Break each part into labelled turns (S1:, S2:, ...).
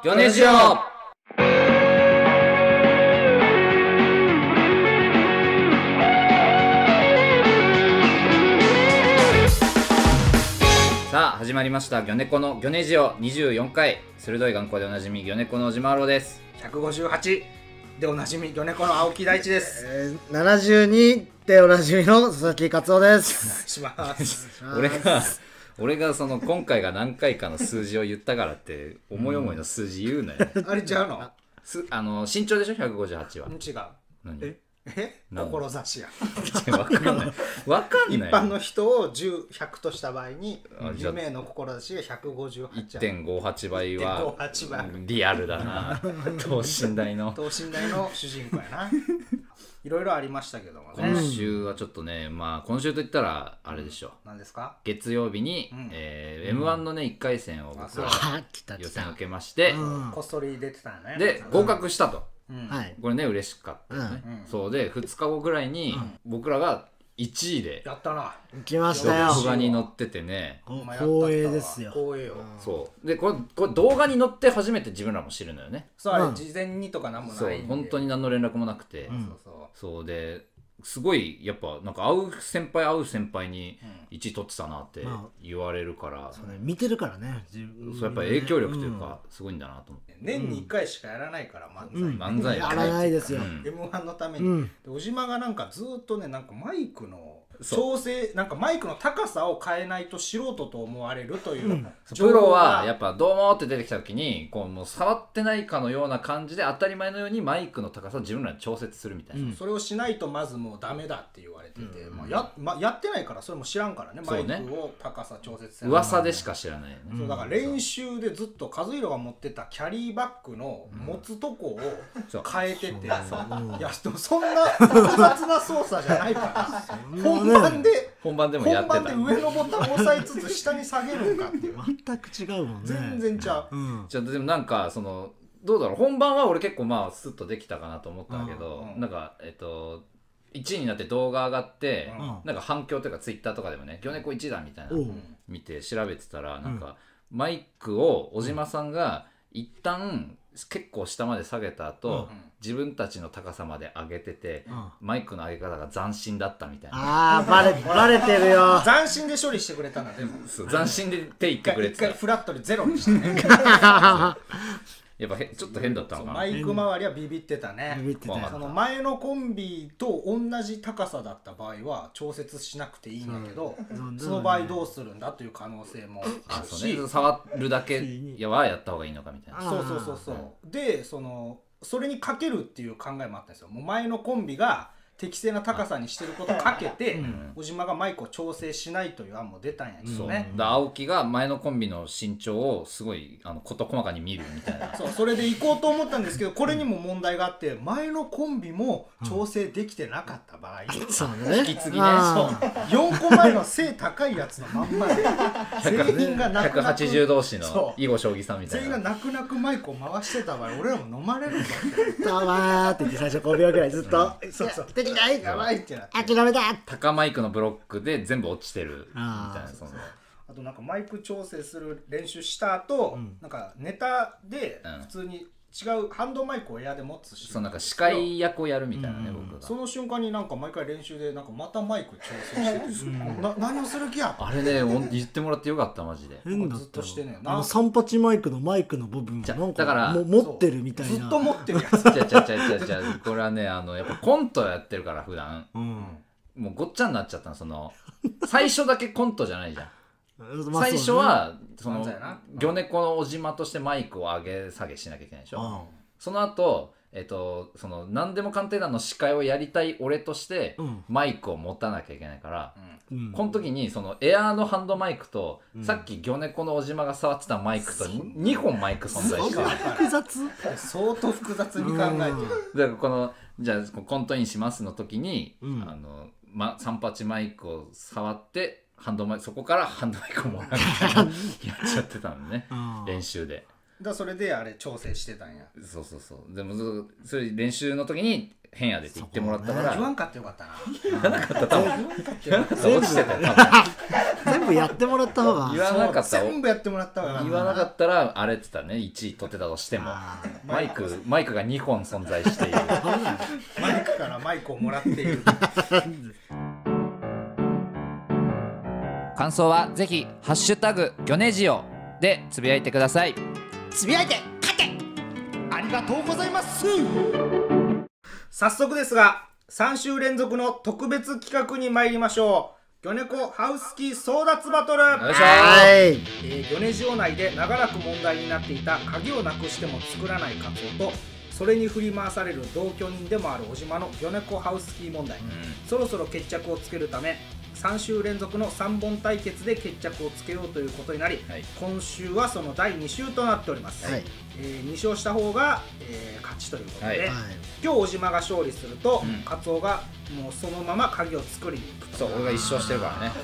S1: ジョネジオさあ始まりました「ギョネコのギョネジオ」24回鋭い眼光でおなじみギョネコのじまろうです
S2: 158でおなじみ、米子の青木大地です。
S3: えー、72でおなじみの佐々木勝男で
S2: お願
S3: す。
S2: いします。
S1: 俺が俺がその今回が何回かの数字を言ったからって思い思いの数字言うなよ、
S2: あれちゃうの
S1: すあの身長でしょ158は
S2: 違う。
S1: 何
S2: ええ
S1: なん
S2: 志や。
S1: 分かんない分かん
S2: 一
S1: ない
S2: 般の人を10、100とした場合に
S1: あ、じゃあ
S2: 夢への志が158や。
S1: 1.58倍は
S2: 1.58倍
S1: リアルだ な等身大の
S2: 等身大の主人公や な。いろいろありましたけどもね。
S1: 今週はちょっとねまあ今週といったらあれでしょう
S2: 何ですか
S1: 月曜日に、
S2: うん
S1: えー、m 1のね1回戦を
S2: あ
S1: 僕
S2: そう
S1: は
S3: あ、来た
S1: 予
S3: 来
S1: 選
S3: た
S1: 受。けまして、
S3: うん。
S2: こっそり出てたよね。
S1: で合格したと
S2: うん。
S3: はい。
S1: これね嬉しかったよね、
S2: うん
S1: そうで2日後ぐらいに僕らが1位で
S2: やったな。
S3: 来ましたよ
S1: 動。画に載っててね
S3: お
S2: まあやった
S3: 光栄ですよ。
S2: 光栄よ。
S1: そうでこれこれ動画に載って初めて自分らも知るのよね
S2: そう、あ
S3: う
S2: れ
S3: ん
S2: 事前にとかなんも
S1: そ
S2: な
S1: う
S2: いんで。
S1: 本当に。何の連絡もなくて、
S2: そうそ
S1: そうですごいやっぱなんか会う先輩会う先輩に
S2: う
S1: 1位取ってたなって
S3: まあ
S1: 言われるから、
S3: そうね、見てるからね。自分
S1: そうやっぱ影響力というかすごいんだなと思って
S2: う。年に1回しかやらないから、漫
S3: うん、
S2: 才。
S1: 漫才
S3: やらないですよ。
S1: うん
S2: m 1のため
S3: う
S2: に、
S3: ん。
S2: で小島がなんかずっとねなんかマイクの
S1: そ
S2: 調整なんかマイクの高さを変えないと素人と思われるという
S1: プロはやっぱ「どうも」って出てきた時にこうもう触ってないかのような感じで当たり前のようにマイクの高さを自分らで調節するみたいな、
S3: うん
S2: それをしないとまずもうダメだって言われてて、まあやまあ、やってないからそれも知らんからね
S1: そうね
S2: マイクを高さ調節せな
S1: 噂でしか知らないよね、
S2: そうだから練習でずっと和弘が持ってたキャリーバッグの持つとこを
S1: そう
S2: 変えてて、い
S3: ん
S2: やでもそんな複雑な操作じゃない から本番で
S1: 本番でもやっ
S2: 本
S1: てた
S2: 番で上のボタンを押さえつつ下に下げるんかっていう
S3: 全く違うもんね。
S2: 全。然ちゃう、
S3: うん。
S1: ちょっとでもなんかそのどうだろう本番は俺結構まあスッとできたかなと思ったんだけど、
S2: うんうん
S1: なんかえっと1位になって動画上がって、
S2: うん
S1: なんか反響というかツイッターとかでもね「魚猫1位だ」みたいな
S3: おう
S1: 見て調べてたらなんか、マイクを小島さんが一旦結構下まで下げた後、
S2: うん
S1: 自分たちの高さまで上げてて、
S3: ん
S1: マイクの上げ方が斬新だったみたいな。
S3: あー、バレ、バレてるよ。
S2: 斬新で処理してくれたんだでも
S1: そう斬新で手言っ
S2: 一
S1: てく
S2: 回
S1: れ
S2: 一
S1: てた
S2: 回フラットでゼロにしてね
S1: やっぱへちょっと変だったのかな
S2: マイク周りはビビってたね
S3: ビビってた
S1: まあ
S3: よ。
S2: その前のコンビと同じ高さだった場合は調節しなくていいんだけど
S3: うん
S2: その場合どうするんだという可能性もあ
S1: あ
S2: る
S1: そう
S2: し
S1: ね触るだけやはやった方がいいのかみたいな
S3: あ
S2: そうそうそうそうでそのそれにかけるっていう考えもあったんですよもう前のコンビが適正な高さにしてることをかけて小島がマイクを調整しないという案も出たんやけ
S1: そ
S2: ど
S1: う
S2: ね
S1: ね、だから青木が前のコンビの身長をすごいあの事細かに見るみ たいな
S2: そうそれで行こうと思ったんですけどこれにも問題があって前のコンビも調整できてなかった場合、
S3: そうね。
S1: 引き継ぎね
S3: あ
S2: 4個前の背高いやつのまんま で全員が泣く泣
S1: 180
S2: く
S1: 同士の
S2: そう
S1: 囲碁将棋さんみた
S2: 全
S1: い
S2: 員が
S1: な
S2: 泣く泣くマイクを回してた場合俺らも飲まれるんだよ
S3: ーたまーって言って最初5秒ぐらいずっと。
S2: そうそう
S3: できない
S2: やばいってなって
S3: 諦めた
S1: 高マイクのブロックで全部落ちてるみたい
S3: あ
S1: な
S3: ー
S1: その
S2: あとなんかマイク調整する練習した後、なんかネタで
S1: うん
S2: 普通に違うハンドマイクをエアで持つし
S1: そのなんか司会役をやるみたいなね僕
S2: そ
S1: が
S2: の瞬間になんか毎回練習でなんかまたマイク調整してるし、な何をする気や
S1: あれねほん言ってもらってよかったマジで
S3: 変だ
S2: ずっとしてんねんな
S3: あの三八マイクのマイクの部分を
S1: じゃ
S3: なん
S1: だから
S3: も持ってるみたいな
S2: ずっと持ってるやつ
S1: ちゃちゃちゃちゃちゃこれはねあのやっぱコントやってるから普段
S3: うん
S1: もうごっちゃになっちゃったのその最初だけコントじゃないじゃん
S3: まあ
S1: 最初はその
S2: 漫才な
S1: 魚猫のおじまとしてマイクを上げ下げしなきゃいけないでし
S3: そうね
S1: ょその後えっとその何でも鑑定団の司会をやりたい俺として
S3: うん
S1: マイクを持たなきゃいけないから
S3: うんうん
S1: この時にそのエアーのハンドマイクとさっき魚猫のおじまが触ってたマイクと2本マイク存在して
S3: そん
S1: る
S3: な 複雑
S2: 相当複雑に考えてる
S1: だからこのじゃあコントインしますの時に、
S3: うん
S1: あのま三八マイクを触ってハンドマイそこから ハンドマイクをもらうみたいなやっちゃってたのね
S3: うん
S1: 練習で
S2: だからそれであれ調整してたんや
S1: そうそうそうでもそうそれ練習の時に変やでって言ってもらったから、
S2: 言わんかったよかったな
S1: 言わなかった多
S2: 言
S1: 分
S2: わんかったよかっ
S1: 落ちてたよ多分
S3: 全部部やってもらった方が
S1: 言わなかった
S2: そう全部やってもらったから
S1: 言わなかったらあれって言ったね1位取ってたとしても
S3: あー
S1: マイクマイクが2本存在している
S2: マイクからマイクをもらっている
S1: 感想はぜひ「ハッシュタグギョネジオ」でつぶやいてください
S3: つぶやいて勝てありがとうございます
S2: 早速ですが3週連続の特別企画に参りましょう魚猫ハウスキー争奪バトル
S1: よいしょ
S3: はい
S2: えー、魚ネジオ内で長らく問題になっていた鍵をなくしても作らないカツオとそれに振り回される同居人でもある小島の魚猫ハウスキー問題、そろそろ決着をつけるため3週連続の3本対決で決着をつけようということになり、
S1: はい
S2: 今週はその第2週となっております、
S3: はい
S2: え2勝した方が、えー勝ちということで、
S1: はい
S3: はい
S2: 今日小島が勝利すると、
S1: うん
S2: カツオがもうそのまま鍵を作りに行く
S1: そう俺が一生してるからね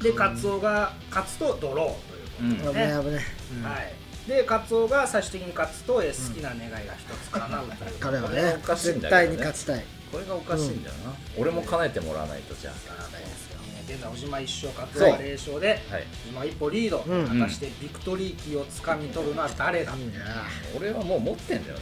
S2: でカツオが勝つとドローということで
S1: うん
S3: 危ない危ない
S2: はい、でカツオが最終的に勝つと、えー好きな願いが一つ叶うという、
S3: 彼は
S1: これ
S3: ね
S1: おかしいん
S3: 絶
S1: だけ
S3: 対
S1: どね
S3: に勝ちたい
S1: これがおかしいんだよな、俺も叶えてもらわないとじゃ
S2: えー現在小島1勝カツオは
S1: そう
S2: 0勝で
S1: あはい
S2: 小島一歩リード、
S3: うん
S2: 果たしてビクトリーキーをつかみ取るのは誰だ、
S3: いいな
S1: 俺はもう持ってんだよ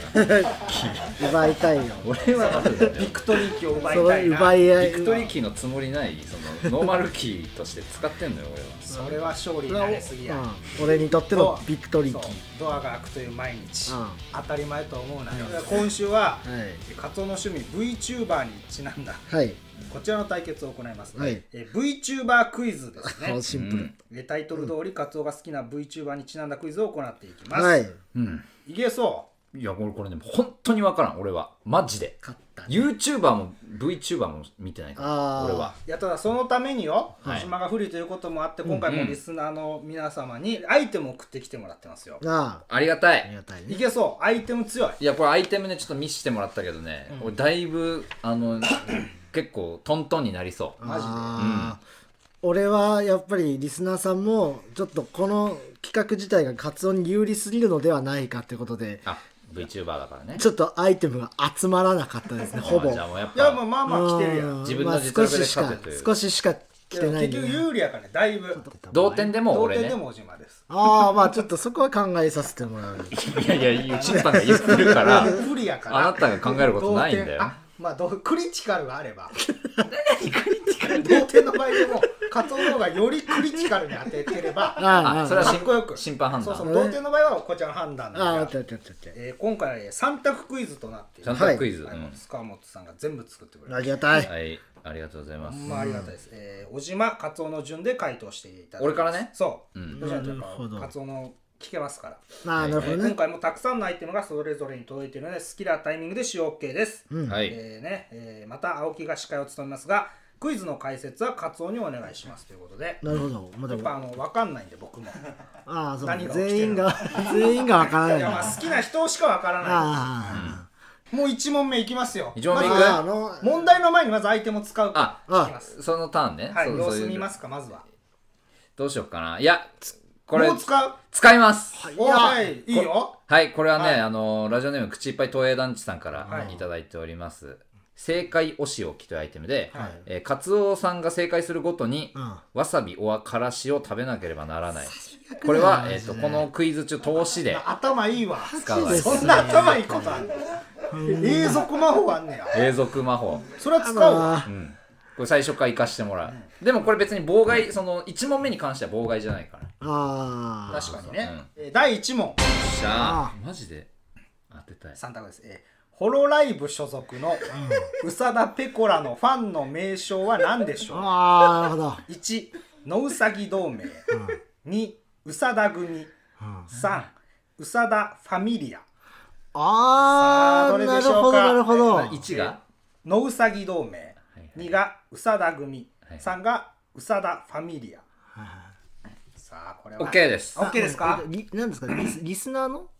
S1: な
S3: 奪いたいよ
S1: 俺はあるんだよ
S2: ビクトリーキーを奪い
S3: そ
S2: た
S3: れ
S2: いな
S3: 奪い合い
S1: ビクトリーキーのつもりないそのノーマルキーとして使ってんのよ俺は
S2: それは勝利になりすぎや、
S3: うん俺にとってのビクトリーキ
S2: そう
S3: ー
S2: ドアが開くという毎日、
S3: うん
S2: 当たり前と思うなよ、今週は、
S3: はい
S2: カツオの趣味 VTuber にちなんだ
S3: はい
S2: こちらの対決を行います、
S3: はい
S2: えー VTuber クイズですね
S3: あシンプル
S2: えタイトル通り、カツオが好きな VTuber にちなんだクイズを行っていきます。、
S3: はいい
S1: うん、
S2: けそ
S1: いや俺これね本当に分からん俺はマジで
S3: 勝ったね
S1: YouTuber も VTuber も見てないから
S3: あー
S1: 俺はい
S2: やただそのためによ、
S1: はい
S2: 島が不利ということもあって、今回もリスナーの皆様にアイテムを送ってきてもらってますよ。
S3: な
S1: ありがた
S3: ああり
S1: い
S3: がたい
S2: い
S3: ね
S2: けそう、アイテム強い。
S1: いやこれアイテムねちょっと見してもらったけどね、俺だいぶあの 結構トントンになりそう
S2: マジで
S3: あー俺はやっぱりリスナーさんもちょっとこの企画自体がカツオに有利すぎるのではないかってことで
S1: あ VTuber だからね
S3: ちょっとアイテムが集まらなかったですねほぼ
S1: あじゃあもうやっ
S2: いや、
S1: ぱ
S2: まあまあまあ来てるやん。
S1: 自分の実力で勝て
S3: まあ
S1: という
S3: 少ししか少ししか来てない
S2: 結
S3: んで
S2: 局
S3: ね
S2: 有利やからね、だいぶ。
S1: 同点でも
S2: 同
S1: 俺
S2: 点で
S1: ね
S2: も小島です。
S3: ああまあちょっとそこは考えさせてもらう
S1: いやいやいやチンパンが言ってるから
S2: 不利やから。
S1: あなたが考えることないんだ
S2: 同
S1: よ
S2: 点あまあどうクリティカルがあれば同点の場合でもカツオの方がよりクリティカルに当ててれば
S3: あ
S1: あそれは
S2: か
S1: し
S2: っこよく
S1: 審判判
S2: そうそう
S1: 断
S2: 同点の場合はこちらの判断
S3: ああああ
S2: だ
S3: 待
S2: か
S3: っ
S2: ら、
S3: て待って待って
S2: えー、今回はね三択クイズとなってい
S1: ちゃ
S2: る
S1: んとクイズ、
S2: あ
S1: うん
S2: の塚本さんが全部作ってくれ
S3: あ
S2: る
S3: りがたい
S1: はいありがとうございま
S2: ほ
S1: す
S2: んまあありがたいです、えー、小島カツオの順で回答していただきます
S1: 俺からね
S2: そう、
S1: うん
S2: どうしようとやっぱ
S3: なるほど
S2: カツオの聞けますから
S3: まあなるほど
S2: 今
S3: ね
S2: 回もたくさんのアイテムがそれぞれに届いているので好きなタイミングで使用 OK です、
S3: うん
S1: はい、
S2: えーねえーまた青木が司会を務めますがクイズの解説はカツオにお願いしますということで
S3: なるほどま
S2: や
S3: だ
S2: っぱあの分かんないんで僕もい
S3: ああそう
S2: 何が起きてる
S3: 全員が 全員がわからない
S2: や
S3: な
S2: まあ
S3: あ
S2: 好きな人しか分からな
S3: あ
S2: いもう1問目いきますよ
S1: 一問目
S2: まず
S3: ああの
S2: 問題の前にまずアイテムを使うか
S1: あ
S2: ら聞きます
S1: そのターンね、
S2: はい
S1: そう
S2: 様
S1: そう
S2: 子
S1: いう
S2: 見ますかまずは
S1: どうしようかないやつこれ
S2: もう使う
S1: 使います
S2: おーはいいいよ
S1: はい、これはね、
S2: はい
S1: あのラジオネーム口いっぱい東映団地さんか
S2: は
S1: ら
S2: い
S1: いただいております、正解お仕置きというアイテムで、
S2: はい
S1: えーカツオさんが正解するごとに、
S3: うん
S1: わさびおわからしを食べなければならないこれは、えー、とこのクイズ中投資で
S2: 頭いいわ
S1: 使うアイテ
S2: そ
S1: ム
S2: んな頭いいことあんの永続魔法あんねや
S1: 永続魔法
S2: それは使うわ
S3: あ
S1: うんこれ最初から生かしてもらうでもこれ別に妨害その1問目に関しては妨害じゃないからよ
S3: ああ
S2: 確かにね
S1: うん、
S2: えー第1問
S1: っしゃ
S3: あ
S1: ーマジで当てたい
S2: 三択です、えーホロライブ所属の宇佐田ペコラのファンの名称は何でしょ
S3: ああなるほど
S2: う1野うさぎ同盟2宇佐田組3宇佐田ファミリア
S3: あ
S2: さあど
S3: あ
S2: れ
S3: な
S2: で
S3: る
S2: しょ
S3: ほ
S2: う
S3: ど
S2: か
S3: なるほど
S1: 1が
S2: 野うさぎ同盟2が宇佐田組
S1: はい
S2: 3が宇佐田ファミリアさあこれは
S1: OK です
S2: あ OK ですか
S3: リ何ですかリスリスナーの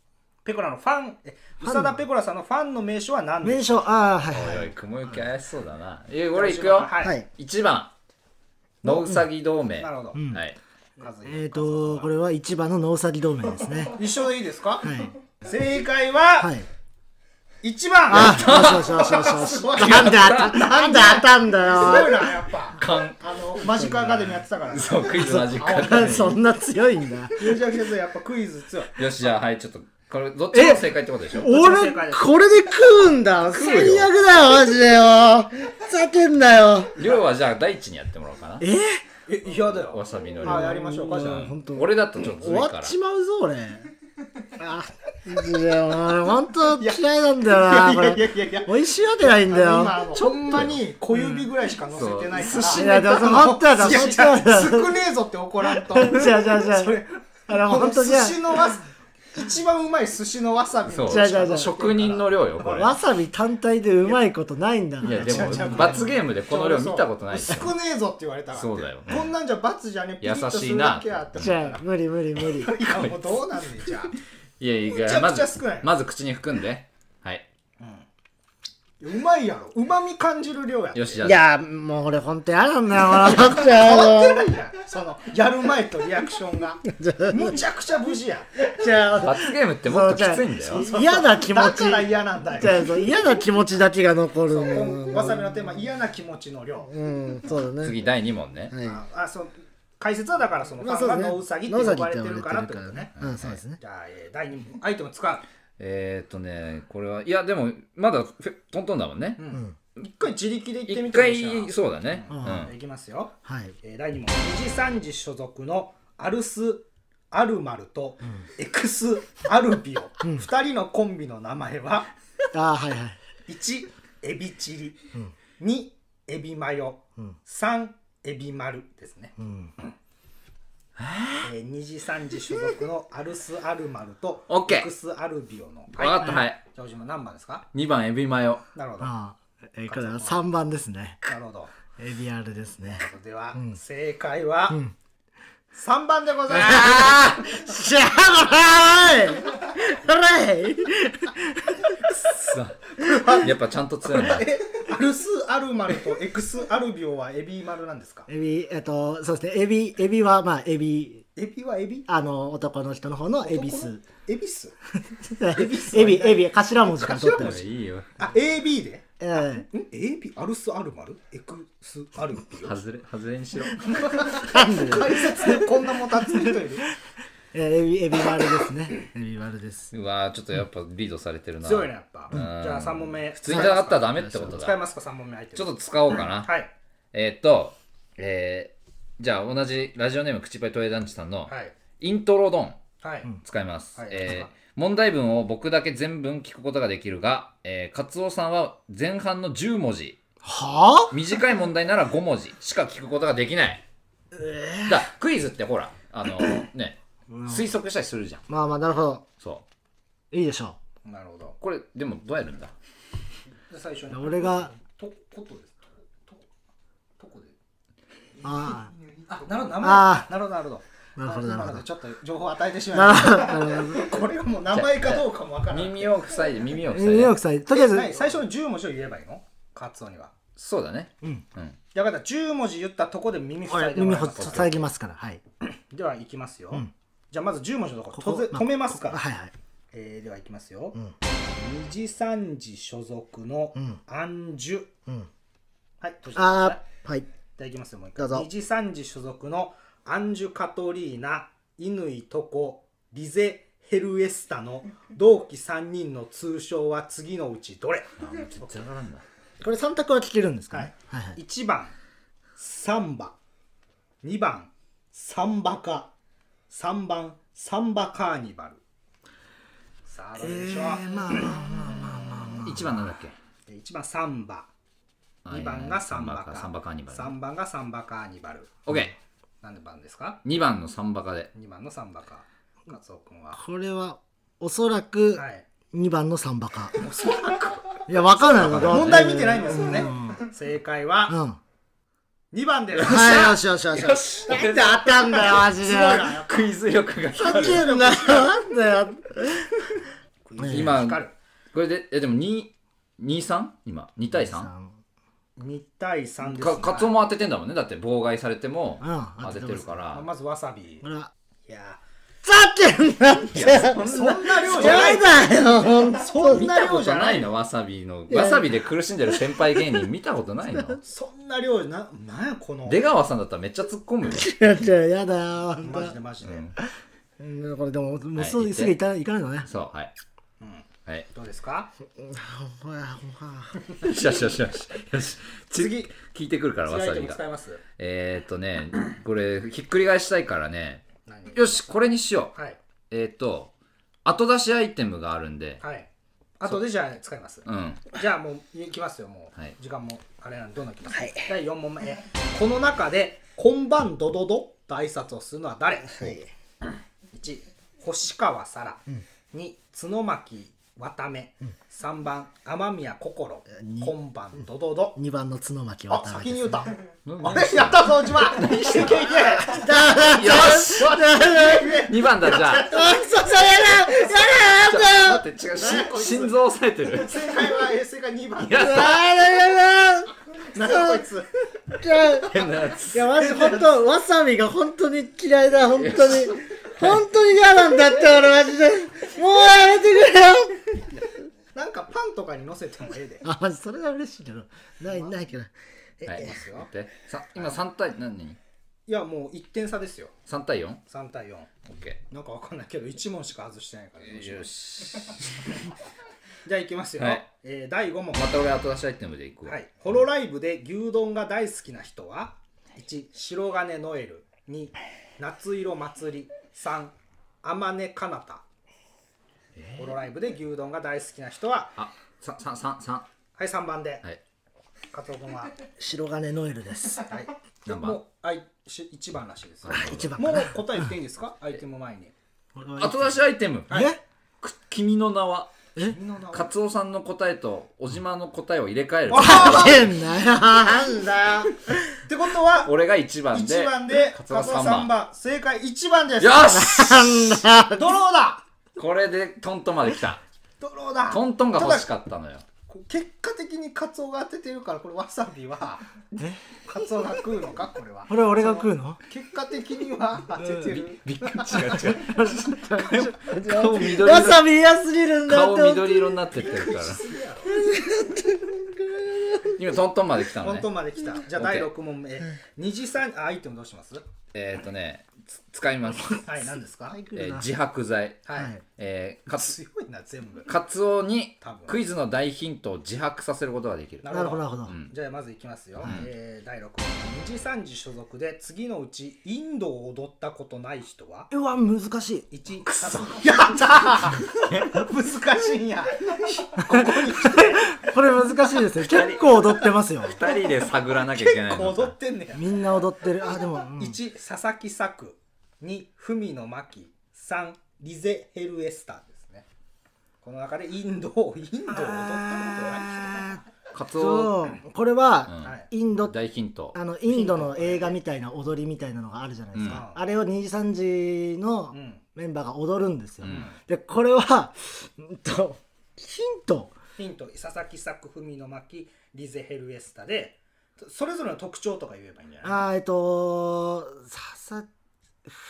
S2: ペコラのファンえ宇
S3: ァン
S2: 佐田ペコラさんのファンの名称は何で
S3: 名
S2: し
S3: 称ああは
S1: お
S3: い
S1: い
S3: は
S1: お
S3: い
S1: い雲行き怪しそうだなえ
S2: ょう
S1: 俺行くよ
S2: は
S3: はいい
S1: 1番のうさぎ同盟
S2: なるほど
S1: はい
S2: 数
S3: えっとこれは市場の農作業同盟ですね
S2: 一緒でいいですか
S3: はい
S2: 正解は
S3: はい
S2: 1番
S3: あ、よしよしよしよし
S2: す
S3: よ
S2: ごい
S3: し。なんで当た、なんで当たんだ
S2: すごい
S3: よ。
S2: なやっぱ
S1: 勘
S2: あのマジックアカデミーやってたから
S1: そうクイズマジックアカデミー
S3: そんな強いんだ。
S2: 吉崎先生やっぱクイズ強い
S1: よしじゃあはいちょっとこれどっちも正解ってことでしょ
S3: 俺、これで食うんだ。最悪だよ、マジでよ。ふざけんなよ。
S1: 量はじゃあ大地にやってもらおうかな
S3: え
S2: え嫌だ
S1: わ
S2: よ
S1: さびの量
S2: あやりましょうかじゃあ
S3: うん本当
S1: 俺だとちょっとず
S3: 終
S1: るい
S3: わ
S1: から
S3: っちまう ぞ、俺。あ、マジでよ。俺、ほんと嫌いなんだよな、これ。
S2: いやいや
S3: 美味しいわけないんだよ。
S2: 今ちょんまに小指ぐらいしか乗せてないから、
S3: いや、でも、ほんとだ、
S2: いや
S3: ほ
S2: い
S3: んとだ。
S2: や少ねえぞって怒らんと
S3: じゃあじゃあじゃあ
S2: それ
S3: あの、
S2: こ
S3: ほ
S2: の
S3: んと
S2: 寿
S3: じゃ
S2: 司のわ一番うまい寿司のわさび
S1: そう
S2: の
S3: じゃあじゃあじゃあ
S1: 職人の量よこれ
S3: わさび単体でうまいことないんだ
S1: いやで
S2: 違う違う
S1: も罰ゲームでこの量見たことないです
S2: 少
S1: よ
S2: ねえぞって言われたから
S1: そうだよ
S2: こんなんじゃ罰じゃねえピリッとす
S1: 優しい
S2: る
S1: な
S2: だけやって
S3: じゃあ、無理無理無理。
S2: いやもうどうなんねんじゃあ
S1: いやい
S2: むち
S1: や
S2: ゃ
S1: ま
S2: くちゃ
S1: ず
S2: 少ない
S1: まず口に含んではい
S2: いやうまいやろうまみ感じる量や
S1: よしじゃ
S3: い
S1: あ
S3: や、もう俺ほんと嫌なんだよ、ほん と
S2: 変わって
S3: や
S2: ないじゃんそのやる前とリアクション がむちゃくちゃ無事や
S3: じゃあ、
S1: 罰ゲームってもっときついんだよ
S3: 嫌な気持
S2: だ
S3: ち
S2: から嫌なんだ
S3: じゃ
S2: よ
S3: あそう嫌な気持ちだけが残るの
S2: わさびのテーマ嫌な気持ちの量
S3: うんそうだね
S1: 次第2問ね
S3: はい
S2: ああそう解説はだからそのフ
S3: まあ
S2: ァ
S3: そ
S2: ン
S3: う
S2: が
S3: ですね
S2: ノウサギって呼ばれてるからってことね
S3: ノウサギって呼ばれてるからねうんそうですね
S2: じゃあ、えー第2問アイテム使う
S1: えーっとねこれはいやでもまだフェトントンだもんね
S2: 一回自力で行って
S1: 一
S2: みてみ
S1: 回そうだねうん
S2: たいきますよ、
S3: はい
S2: えー第2問二次三次所属のアルス・アルマルとエクス・アルビオ、二2人のコンビの名前は
S3: あーはいはい
S2: 1エビチリ、2エビマヨ、3エビマルですね、えー二次三次所属のアルス・アルマルと
S1: オッケー
S2: エクス・アルビオの
S1: わかったはい
S2: じゃあ小島何番ですか
S1: 2番エビマ ヨ
S2: なるほどな
S3: あーえーこれは三番ですね
S2: るほど
S3: エビアルですね
S2: では、正解は、三3番でございます
S1: あ
S3: しゃーおいおい
S1: やっぱちゃんと強 いな
S2: えアルス・アルマルとエクス・アルビオはエビマルなんですか
S3: エビえっとそうですねエビエビはまあエビ
S2: エビはエビ
S3: あの男の人の方のエビス
S2: エビス
S3: エビエビ頭文字から取ってる
S1: いいよ
S2: あ AB で
S3: うん
S2: ん AB アルス・アルマルエクス・アルビオ
S1: 外れ外れにしろ
S2: 解説でこんなもたつく人いる
S3: えーエビエビ丸ですねエビ丸です
S1: うわーちょっとやっぱリードされてるな
S2: 強いなやっぱじゃあ3問目
S1: 普通に戦ったらダメってこと
S2: 使い
S1: だ
S2: ますか3問目相手
S1: ちょっと使おうかな
S2: はい
S1: えーっと、えー、じゃあ同じラジオネーム口パイトエダンチさんの
S2: はい
S1: イントロドン
S2: はい
S1: 使います、
S2: はい
S1: えー問題文を僕だけ全文聞くことができるが、えー、カツオさんは前半の10文字
S3: は
S1: 短い問題なら5文字しか聞くことができない、だからクイズってほらあ のね推測したりするじゃん
S3: あまあまあなるほど
S1: そ
S3: いいでしょ
S2: なるほど
S1: うこれでもどうやるんだ
S2: で最初
S3: う
S2: に
S3: 俺が
S2: とことですとととこで
S3: あ
S2: あなるほど名
S3: あ
S2: 前なるほどなるほど
S3: なる
S2: あ
S3: ほどなる
S2: 今
S3: ほ
S2: の
S3: ど
S2: でちょっと情報与えてしまい
S3: あ
S2: ま
S3: な
S2: し
S3: るほどなるほど
S2: た これはもう名前かどうかもわからない
S1: 耳を塞いで耳を
S3: ニ
S1: 塞
S3: ュ
S1: い
S3: ーヨー
S1: で
S3: クさん、とりあえず、
S2: ない最初の10文字を言えばいいのカツオには
S1: そうだね
S2: だから10文字言ったとこで耳塞いでもら
S3: 耳
S2: い
S3: ほ
S2: ます
S3: 塞ぎますから、はい。
S2: ではいきますよじゃあまず10文字のとこ
S3: ここ
S2: とぜ止めますから
S3: はいはい。
S2: えー、ではいきますよ、二次三次所属のアンジュ、はい閉じてください
S3: あー、はい。
S2: じゃあいきますよもう一
S3: どうぞ
S2: 回二次三次所属のアンジュ・カトリーナ乾トコリゼ・ヘルエスタ の同期3人の通称は次のうちどれ
S1: 全然わかんない
S3: これ三択は聞けるんですか
S2: はい
S3: ね。はいはい。
S2: 1番サンバ2番サンバカ3番サンバカーニバルさあどれでしょう、
S1: 一番なんだっけ
S2: 1番サンバ2番がサンバカ
S1: サンバカーニバル
S2: 3番がサンバカーニバル
S1: OK2
S2: 何番ですか
S1: 番のサンバカで
S2: 2番のサンバカカツオ君は
S3: これは、おそらく、
S2: はい
S3: 二番の三バカ。いや、わかんないの
S2: 問題見てないんですよね正解
S3: うん。
S2: は
S3: は
S2: 2番です
S3: い、よしよしよし。よしなんで当たんだよ、マジで。
S1: クイズ力が
S3: ふざけんなよ、なんだよ。
S1: 今
S2: 光る
S1: これでえでも2 2 3今2対 3?
S2: 2対3です
S1: かカツオも当ててんだもんねだって妨害されても
S3: うん
S1: 当ててるか
S2: まあ
S1: ら
S2: まずわさび
S3: これは、
S2: いや
S3: けんなっ
S1: い
S3: ち
S1: や
S3: ゃう
S1: そんな
S2: そんな量じゃない
S3: やだよほんと
S2: そん
S1: 見
S2: な
S1: たこ
S2: 量じ
S1: と
S2: ゃな
S1: ないいのわさびの
S3: いや
S1: わさびで苦しんでる先輩芸人見たことないの
S2: そんな量ななんやこの
S1: 出川さんだったらめっちゃ突っ込むよ、
S3: いやいややだよほんと
S2: マジでマジ
S1: う
S2: で、
S1: ん、
S3: うんこれでももうす
S1: は
S3: ぐ
S1: い
S3: すぐ行か行かないのね
S1: そうはい
S2: うん
S1: はい
S2: どうですか
S3: ほらほら
S1: よしよしよしよしよし
S2: 次
S1: 聞いてくるからわ
S2: 次ア
S1: さ
S2: イテ
S1: び
S2: ム
S1: が
S2: 使います
S1: えー、っとねこれひっくり返したいからね
S2: 何
S1: よしこれにしよう
S2: はい
S1: えー、っと後出しアイテムがあるんで
S2: はいあとでじゃあ使います
S1: うん
S2: じゃあもういきますよもう、
S1: はい
S2: 時間もあれなんでどんどんいきます、第4問目えこの中で「こんばんどどど」と挨拶をするのは誰、1星川さら、2角巻渡目、3番雨宮心、こんばんどどど、
S3: 2番の角巻
S2: あ
S3: 渡辺
S2: 先に
S3: です
S2: 言うた、
S1: うん
S2: あれやったぞうちは何してけいけ
S1: よし2番だじゃあ
S3: あそそれだやだやだ
S1: 待って違うし心臓押さえてる
S2: 正解はえ正解2番
S1: やった
S3: あやだや
S2: なんだこいつ
S3: だ
S1: 変なやつ
S3: いやマジ本当わさびが本当に嫌いだ本当に本当に嫌なんだって俺マジでもうやめてくれよ
S2: なんかパンとかにのせてもええで
S3: あマジそれが嬉しいけどないないけど
S1: はい
S2: いますよ
S1: 待ってさ今3対何
S2: いやもう1点差ですよ
S1: 3対 4?
S2: 3対4
S1: OK
S2: なんかわかんないけど1問しか外してないからどうしよう
S1: よし
S2: じゃあいきますよ、
S1: はい
S2: えー第5問、
S1: また俺後出しアイテムでいくわ
S2: はい、ホロライブで牛丼が大好きな人は1白金ノエル2夏色祭り3天音かなたホロライブで牛丼が大好きな人は
S1: あ三三三三
S2: はい3番で、
S1: はい
S2: カツオ君は、はい、
S3: 白金ノエルです
S1: 何番
S2: もうあいし1番らしいです
S3: 一番
S2: も
S3: か
S2: う
S3: な
S2: 答え言っていいんですかアイテム前に
S3: 俺は
S1: 後出しアイテム
S3: え
S1: く君の名は
S2: 君の名は
S1: カツオさんの答えとおじまの答えを入れ替える
S3: ふざけんなよ
S2: なんだよってことは
S1: 俺が1番で
S2: 1番でカ
S1: カ
S2: ツ
S1: ツ
S2: オ
S1: オ
S2: さ
S1: さ
S2: ん
S1: ん
S2: 3
S1: 番
S2: 番正解1番です
S1: よし
S2: ドローだ
S1: これでトントンまで来た
S2: ドローだ
S1: トントンが欲しかったのよ
S2: こう結果的にカツオが当ててるからこれわさびはカツオが食うのかこれは
S3: これ俺が食うの
S2: 結果的には当ててる
S1: びっくり違う違う顔緑色
S3: わさび嫌すぎるんだって
S1: 顔緑色になってってるから今トントンまで来たの
S2: 本
S1: ね
S2: 当まで来たじゃあ
S1: オッ
S2: 第
S1: ケー
S2: 6問目二次三あアイテムどうします
S1: えっ、ー、とねつ使います、
S2: はい何ですか
S3: 食うな
S1: えー自白剤
S2: はい
S1: えー、かつ
S2: 強いな全部
S1: カツオに
S2: 多分
S1: クイズの大ヒントを自白させることができる
S2: な
S3: なるほどなるほ
S1: う
S3: ど
S1: ん
S2: じゃあまずいきますよ、えー第6問二次三次所属で次のうちインドを踊ったことない人は
S3: うわ難しい
S2: 1や ったー 難しいんや
S3: これ難しいですね結構踊ってますよ
S1: 2人で探らなきゃいけないの
S2: 踊
S1: か
S2: ってんねや
S3: みんな踊ってるあでも、うん
S2: 1佐々木作2文野真紀3リゼヘルエスターですねこの中でインドをインドを踊ったことない
S3: あー
S1: カツオ、
S3: そうこれ
S1: う
S3: は
S1: ん
S2: はい
S3: インド
S1: 大ヒント
S3: あのインドの映画みたいな踊りみたいなのがあるじゃないですか、
S2: うん
S3: あれを2時3時
S2: 人
S3: の
S2: うん
S3: メンバーが踊るんですよ、
S1: うん
S3: でこれはうんとヒント
S2: ヒント佐々木作文野真紀リゼヘルエスターでそれぞれの特徴とか言えばいいんじゃない
S3: あーえっとささ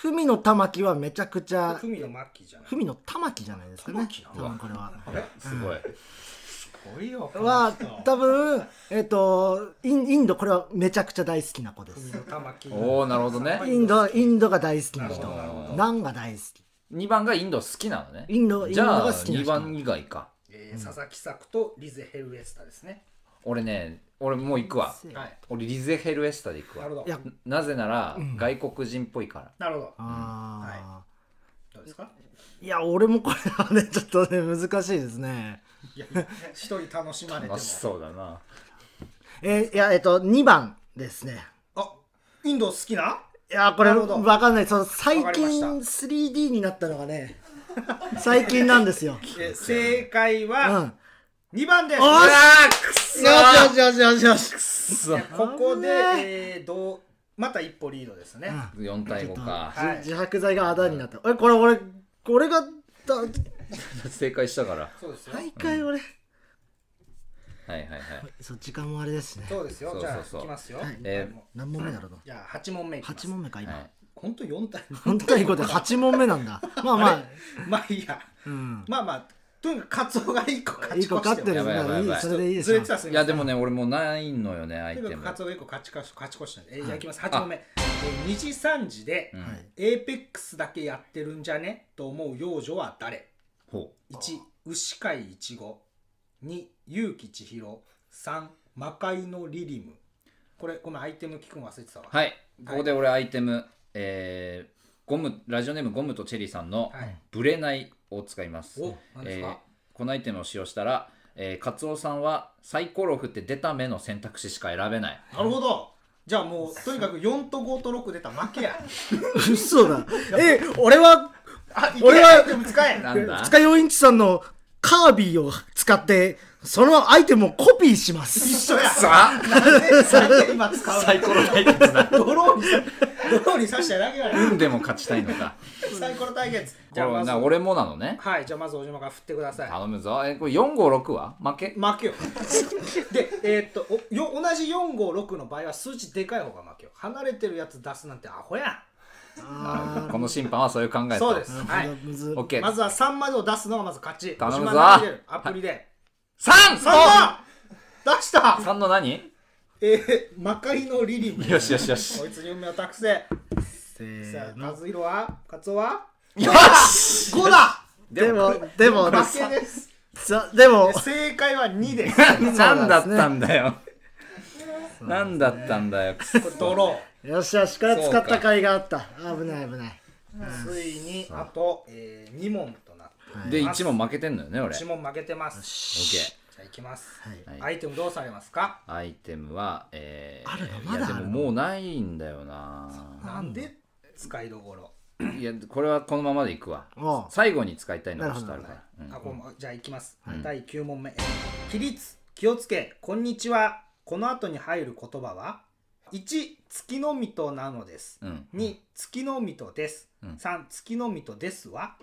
S3: 文の玉木はめちゃくちゃ
S2: 文野真紀じゃない
S3: 文の玉木じゃないですかね
S2: 玉木な
S3: 多分これは。
S2: あれ
S1: すごい、
S2: すごいよこの
S3: は
S2: 人
S3: 多分えっ、とインインドこれはめちゃくちゃ大好きな子です
S2: 文野玉木
S1: おおなるほどね
S3: インドインドが大好きな
S2: なる
S3: 人
S2: ほどなるほど
S3: ナンが大好
S1: 2番がインド好きなのね
S3: きインドイン
S1: じ
S3: ド
S1: ゃ
S3: が
S1: あ
S3: 好きな
S1: 2
S3: 人
S1: 番以外か
S2: えー佐々木作とリゼヘルエスターですね
S1: 俺ね俺もう行くわ
S3: せー
S2: はい
S1: 俺リゼヘルエスタで行く
S2: な
S1: わ
S2: るほど
S3: いや
S1: なぜなら外国人っぽいから、
S2: なるほど
S3: あ
S2: どうですか
S3: ーいや俺もこれはね ちょっとね難しいですね
S2: いや一人楽しまれても
S1: 楽しそうだな
S3: えーいやえっ、と2番ですね
S2: あインド好きない
S3: やこれ
S2: なるほど
S3: 分かんないその最
S2: わかりまし
S3: 近
S2: た
S3: 3D になったのがね最近なんですよ、
S2: え正解
S3: うん、
S2: は
S3: よ
S2: 2番です、
S3: お
S1: う
S3: っ
S1: わ
S3: し
S1: ーくっ
S3: し
S1: そ
S3: よしよしよしよし
S1: ーくっ
S2: ここで、
S3: 危ね
S2: えーどうまた一歩リードですね、
S3: うん
S1: そ4対5か
S2: はい
S3: 自自白剤があだになったえこれ俺俺がだ
S1: 正解したから
S2: そうですよ、
S3: 毎回
S1: は
S3: 俺、
S1: いはいはい
S3: そう時間もあれですしね
S2: そうですよ
S1: そう
S2: じ
S1: そう
S2: ゃあ
S1: そう
S2: いきますよ、
S3: はい
S1: え
S2: もう
S3: 何問目だろうな
S2: じゃあ8問目いきます
S3: 8問目か今、
S1: はい
S2: 本当4対
S3: 本対5で8 問目なんだ。まあまあ、
S2: まあいいや
S3: うん。
S2: まあまあとにかくカツオが1個勝ち
S3: 一
S2: 越
S3: 個勝
S2: し
S3: って
S2: て
S3: る
S1: やばいやばい
S3: まあ
S1: や
S3: いい
S1: ばい
S3: それでいいで
S2: ず
S3: す
S2: れ
S3: よ
S2: て。たすみ
S1: い
S2: ませ
S1: や
S2: ん
S1: でもね俺もうないのよね
S2: と
S1: 相
S2: にか
S1: 手
S2: く
S1: も
S2: カツオが1個勝ち越し勝ち越したんでえー
S3: はい
S2: じゃあいきます8問目、えー、2次3次で、
S1: うん
S3: はい
S2: エーペックスだけやってるんじゃねと思う幼女は誰
S1: ほう
S2: ?1 牛飼いいちご2結城千尋3魔界のリリムこれごめんアイテム聞くの忘れてたわ
S1: はいここで俺アイテム、えーゴムラジオネームゴムとチェリーさんの
S2: はい
S1: 「ブレない」を使います、
S2: お何です
S1: えー
S2: か、
S1: このアイテムを使用したら、えー、カツオさんはサイコロを振って出た目の選択肢しか選べない
S2: なるほどじゃあもうとにかく4と5と6出たら負けや
S3: 嘘だ。え、俺は、
S2: あいけ
S3: 俺は
S2: アイテム 使え
S1: なんだ
S3: 二日四インチさんのカービィを使って、そのアイテムをコピーしま
S2: 一
S3: す。
S2: 緒や
S1: さ
S2: なんで3点今使うの
S1: サイコロ対決だ
S2: ドローにドローに刺しただけだよ
S1: 運でも勝ちたいのか
S2: サイコロ対決
S1: こ
S2: じ
S1: れ
S2: ゃあまず
S1: な俺もなのね
S2: はいじゃあまず小島が振ってください
S1: 頼むぞえこれ456は負け
S2: 負けよ でえーっとおよ同じ456の場合は数値でかい方が負けよ離れてるやつ出すなんてアホや
S3: あ
S1: この審判はそういう考えだ
S2: そうです
S3: ー
S2: は
S3: ないるほどむず
S1: オッケ
S2: ま
S1: ー
S2: ずは3までを出すのがまず勝ち
S1: 頼むぞ
S2: 小島が出てるアプリで、
S1: 3
S2: 三だ出した
S1: 3の何
S2: えー、魔界のリリム
S1: よしよし よし
S2: こいつに運命を託せ
S3: せ
S2: さ
S3: ー
S2: あ
S3: の。
S2: 和弘はカツオは
S1: よ し
S2: 5だ
S3: でも、でも、
S2: 負けです
S3: さでも
S2: で、正解は2です
S1: 何だったんだよ何だったんだよくそ
S2: これドロー
S3: よしよし、これ使った甲斐があった。危ない危ない。
S2: ついにあと、えー、2問となって
S1: で1問負けてんのよね俺オッ
S2: 1問負けてます
S1: ケー
S2: じゃあいきます、
S3: はい
S2: アイテムどうされますか
S1: アイテムはえー、
S3: あるの
S1: い
S3: ま
S1: や
S3: だ
S1: で
S3: あるの
S1: ももうないんだよな
S2: なんで使いどころ
S1: いやこれはこのままでいくわ
S3: おう
S1: 最後に使いたいのがちょっとあるからうん
S2: あこれもじゃあいきます、
S1: い
S2: 第9問目「起立気をつけこんにちは」この後に入る言葉は1「月の水戸なのです」
S1: うん
S2: 2「月の水戸です」
S1: うん
S2: 3「月の水戸ですは」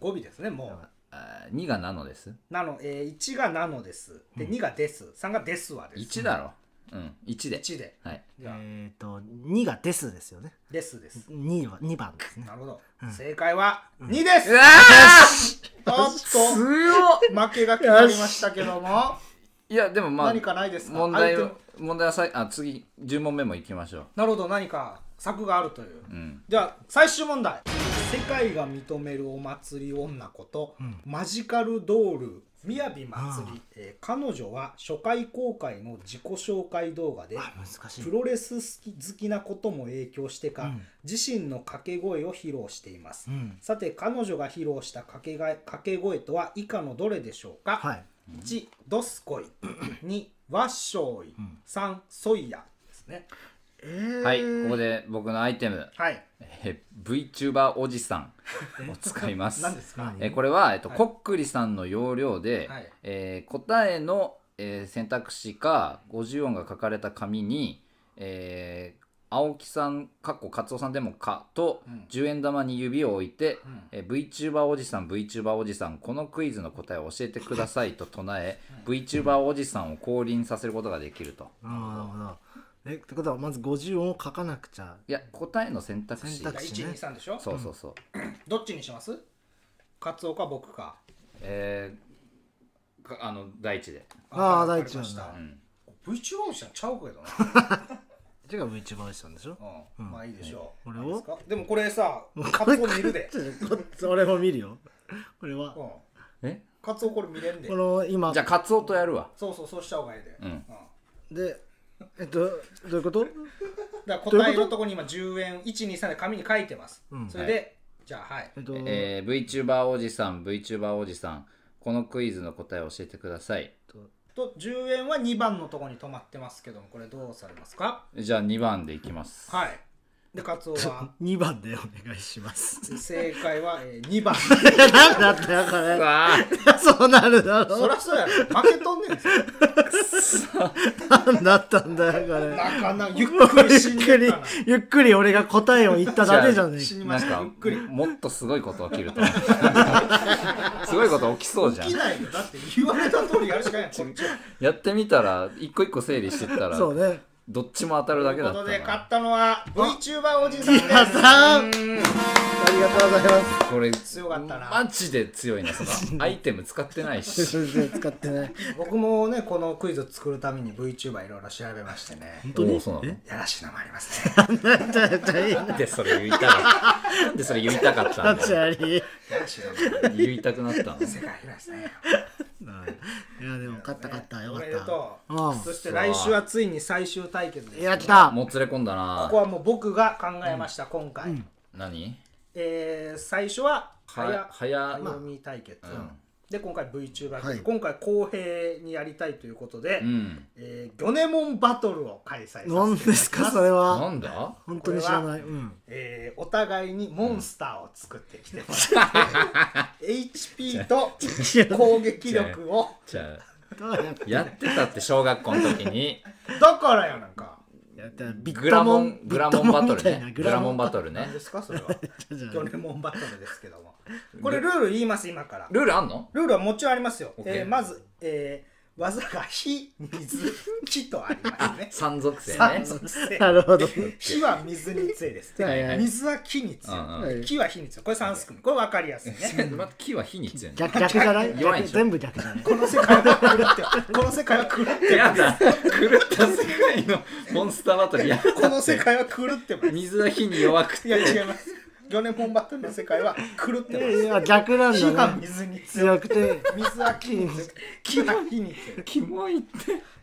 S2: 語尾ですねもう、
S1: あー2がなのです
S2: なの、えー、1が「なのです」で2が「です」3が「ですは」です
S1: 1だろうん1で
S2: 1で
S1: はい
S2: じゃあ
S3: えっと、2がですですよね。
S2: ですです
S3: 2は、2番ですね
S2: な。るほど、正解は2です、
S1: うわ
S2: あっと
S1: 強っ
S2: 負けが決まりましたけども
S1: いやでもまあ
S2: 何かないですか
S1: 問題
S2: アイ
S1: は
S2: テム
S1: 問題はさいあ次10問目もいきましょう
S2: なるほど何か策があるという、
S1: うん
S2: では最終問題世界が認めるお祭り女こと、マジカルドールみやび祭り、えー彼女は初回公開の自己紹介動画で
S3: あ、難しい
S2: プ。ロレス好き好きなことも影響してか、
S3: うん
S2: 自身の掛け声を披露しています、
S3: うん。
S2: さて彼女が披露した掛けが掛け声とは以下のどれでしょうか、
S3: はい。
S2: 1ドスコイ2ワッショイ
S3: ん
S2: 3ソイヤですね
S3: えー
S1: はいここで僕のアイテム
S2: はい
S1: えー VTuber おじさんを使います
S2: 何ですか
S3: 何
S1: えーこれは、えっと
S2: はい
S1: こっくりさんの要領で、
S2: はい
S1: えー答えの、えー選択肢か50音が書かれた紙に、えー青木さんかっこカツオさんでも「か」と
S2: うん
S1: 10円玉に指を置いて、
S2: うん
S1: えー VTuber おじさん VTuber おじさんこのクイズの答えを教えてくださいと唱え、VTuber おじさんを降臨させることができると。
S3: あーなるほど。え、ってことは、まず50音を書かなくちゃ。
S1: いや答えの選択肢
S3: 選択肢ね
S2: 123でしょ
S1: そうそうそう、
S2: どっちにしますカツオか僕か
S1: えーかあの第一で、
S3: あー
S2: わかり
S3: 大地
S2: ま
S3: なん
S2: し
S3: だ
S2: た
S1: うん、
S2: VTuber したんちゃうけどな
S3: 違う VTuber さんでしょ
S2: うんまあいいでしょう
S3: 俺を
S2: いいですかでもこれさカツオ見るで
S3: ちょっとこっち俺も見るよ。これは
S2: う。ん
S1: え
S2: カツオこれ見れんで
S3: この今
S1: じゃあカツオとやるわ
S2: そうそうそうした方がいいで
S1: うん
S3: でえっとどういうこと
S2: だから答えのとこに今10円123で紙に書いてます
S3: うん
S2: それでじゃあはい
S3: えっと、
S1: えー、VTuber おじさん VTuber おじさんこのクイズの答えを教えてください
S2: と10円は2番のとこに止まってますけどもこれどうされますか
S1: じゃあ2番でいきます
S2: はいでカツオは
S3: 2番でお願いします
S2: 正解は、えー、2番
S3: なんだったよこ
S1: う
S3: れ
S1: わ
S3: そうなるだ
S2: そ
S3: ろ
S2: りゃそうやろ負けとんねんぞ
S3: なんだったんだよ
S2: なかなかゆっ
S3: こ
S2: く
S3: れ
S2: り死ん
S3: ゆっく
S2: で
S3: り
S2: たな
S3: ゆっくり俺が答えを言っただけじゃね
S2: 死
S3: え
S2: に
S1: ーな
S2: ま
S1: ん
S2: した
S1: か
S2: ゆっくり
S1: もっとすごいこと起きると思 うすごいこと起きそうじゃん
S2: 起きないよだって言われた通りやるしかないやんこっちは
S1: やってみたら一個一個整理してった
S3: からそうね
S1: どっちも当たるだけだ
S2: とい
S1: っ
S2: うこ
S1: た
S2: とで勝
S1: な
S2: ったのは VTuber おじさんです
S3: 皆さんあ
S1: うん
S3: りがとうございま
S1: これ
S2: 強かったな
S1: マジで強いなそ のアイテム使ってない
S3: す
S1: し
S3: 全然使ってない
S2: 僕もねこのクイズを作るために VTuber いろいろ調べましてね
S1: 当におーそうなの
S3: え
S2: やらしいのもあり ますね
S1: なんでそれ言いたかったなんでそれ言いたかったん
S3: 立ち
S1: だよ
S3: ありい
S2: やらしいのも世
S1: 言いたくなったの
S2: 界広いですね
S3: やでも勝った勝ったよか
S2: おめでとう
S3: っ
S2: そして来週はついに最終対決
S3: た
S2: で
S3: うんい
S2: す
S3: や来た
S1: もつれ込んだ
S2: こ
S1: な
S2: こはもう僕が考えました、今回、
S1: 何
S2: えー最初は早,、
S1: は早
S2: 読み対決、
S1: ん
S2: で今回 VTuber 対決、
S3: はい
S2: 今回公平にやりたいということで、
S1: うん
S2: えーギョネモンバトルを開催させていただき
S3: 何
S2: ます
S3: ですかそれ
S1: な
S3: は
S1: んだ
S3: 本当に知らないうん
S2: えーお互いにモンスターを作ってきて ます、HP と攻撃力を
S1: じゃあ
S3: どうやって
S1: やってたって小学校の時に
S2: だからやなんか
S3: やったらビ
S1: グラモング
S3: ビ
S1: ラ
S3: ッ
S1: モ
S3: ト
S1: ン
S3: モ
S1: バ
S3: ン
S1: ト
S3: み
S1: ル
S3: たいな
S1: ねグラモンバトルね
S2: 何ですかそ れはギ
S3: じゃあ
S2: ョネモンバトルですけどもこれルール言います今から
S1: ルールあんの
S2: ルールはもちろんありますよ、
S1: OK
S2: えーまず、えー技が火 水木とありますね
S1: 三属性
S2: 三
S1: ね
S2: 属性
S3: なるほど
S2: 火は水に強いです
S3: いやいや
S2: 水は木に強い、
S1: うん
S3: うん
S2: で木は火に強いこれ3組これ分かりやすいね
S1: また木は火に強いね
S3: 逆逆じゃない
S1: 弱い
S3: 逆
S1: でしょ
S3: 全部逆じゃない
S2: この世界は狂ってこの世界は狂って
S1: やだ狂った世界のモンスターバトルや だ
S2: この世界は狂ってます。
S1: 水は火に弱く
S2: い
S1: て
S2: や違います。ギョネモンバトルの世界は狂って
S3: いや逆な
S2: ます。火
S3: ん
S2: が
S3: だね
S2: 水に強い。
S3: 強くて
S2: 水は木に強い。木は火に強い。
S1: キモいって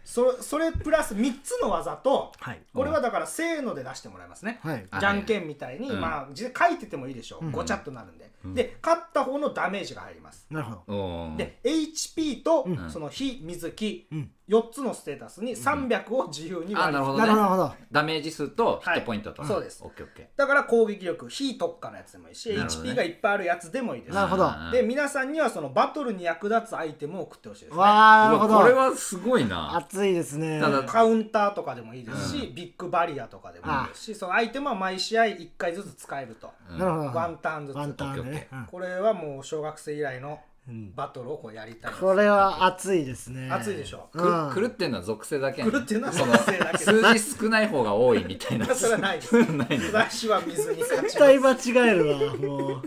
S2: そそれプラス3つの技と、
S3: はい
S2: これはだからせーので出してもらいますね。
S3: はい
S1: あ
S2: じゃんけんみたいに、
S1: うん
S2: まあじ書いててもいいでしょう、ごちゃっとなるんで、で勝った方のダメージが入ります、
S3: なるほど
S1: うん
S2: で HP と、
S3: ん
S2: その火水木、
S3: ん
S2: 4つのステータスに300を自由に割
S1: あ
S2: り
S1: なるほど
S3: なるほどなる
S1: ね
S3: ほど
S1: ダメージ数とヒットポイントと、
S2: はいそうです
S1: オッケーオッケー
S2: だから攻撃力非特化のやつでもいいし、
S1: なるほどね
S2: HP がいっぱいあるやつでもいいです
S3: なるほど
S1: うん
S2: で皆さんにはそのバトルに役立つアイテムを送ってほしいです、ね、
S3: わあなるほ
S1: うわこれ
S3: ど
S1: はすごいな
S3: 熱いですね
S1: ただ
S2: カウンターとかでもいいですし、ビッグバリアとかでもいいですし、そのアイテムは毎試合1回ずつ使えると、
S1: うん
S3: なるほど
S2: ワンターンずつ
S3: ワンターンで
S1: オッケ
S3: ねうん
S2: これはもう小学生以来の
S3: うん
S2: バトルをこうやりたいです
S3: これは熱いですね
S2: 熱いでしょ
S1: く
S3: うん
S1: 狂ってんのは属性だけ、ね、
S2: 狂ってんのは
S1: その
S2: 属性だけ
S1: 数字少ない方が多いみたいな
S2: それはないです
S1: それは ないね
S2: 私 は水に勝ち
S3: 絶
S2: ます
S3: 対間違えるわもうよ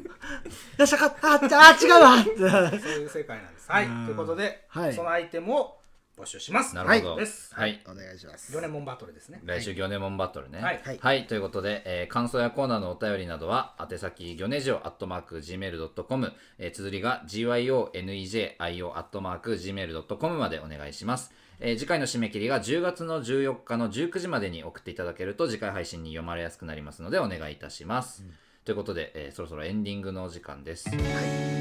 S3: っしゃかああ違うわって
S2: そういう世界なんですはい
S3: うん
S2: ということで、
S3: はい
S2: そのアイテムを募集します
S1: なるほど
S2: はいです
S1: は
S2: はいい
S3: お願いします
S2: 4年もんバトルですね
S1: 来週ギョネモンバトルね。
S2: はい
S3: はい
S1: ということで、えー感想やコーナーのお便りなどは、宛先、ギョネジオ、アットマーク、gmail.com、えー、綴りが、gyonejio、アットマーク、gmail.com までお願いします。えー次回の締め切りが10月の14日の19時までに送っていただけると、次回配信に読まれやすくなりますので、お願いいたします。ということで、えーそろそろエンディングのお時間です。
S2: い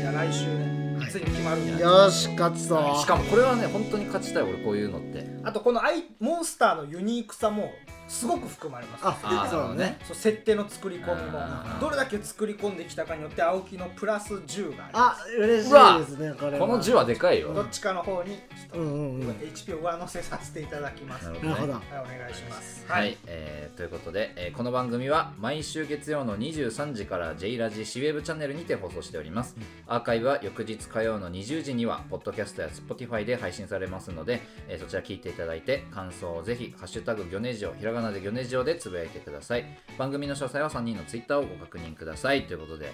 S2: や来週ね、
S3: はい
S2: ついに決まるんじゃない
S3: よし勝つぞ
S1: しかもこれはね、本当に勝ちたい、俺こういうのって。
S2: あとこのアイモンスターのユニークさもすごく含まれます
S3: あ
S1: ー
S3: そうだね
S2: そう設定の作り込みも
S1: あー
S2: どれだけ作り込んできたかによって青木のプラス10がありま
S3: あ嬉し
S1: うわ
S3: いですねこれ
S1: この10
S3: は
S1: はでかい
S2: すど
S1: よ
S2: っ。ちかの方にちょっと
S3: うんうんうん
S2: HP を上乗せさせていただきます
S1: な
S2: は
S1: る
S2: い
S1: ほ
S3: なるほど
S2: お願いします
S1: はい、えーということで、えーこの番組は毎週月曜の23時から J ラジシウェブチャンネルにて放送しております、アーカイブは翌日火曜の20時にはポッドキャストや Spotify で配信されますので、えーそちら聞いていただいて感想をぜひ「ハッシュタグギョネジオ」ひらがなでギョネジオでつぶやいてください番組の詳細は3人の Twitter をご確認くださいということで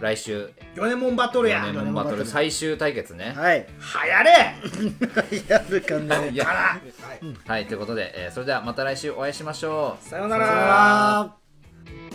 S1: 来週
S2: 4年もんバトルや
S1: 4
S2: 流
S1: 年ンバトル最終対決ね
S3: はい
S2: 行れ
S3: やるかね
S1: い
S2: か
S1: や
S2: らはい
S1: はいということで、えーそれではまた来週お会いしましょう
S2: さようなら
S3: あー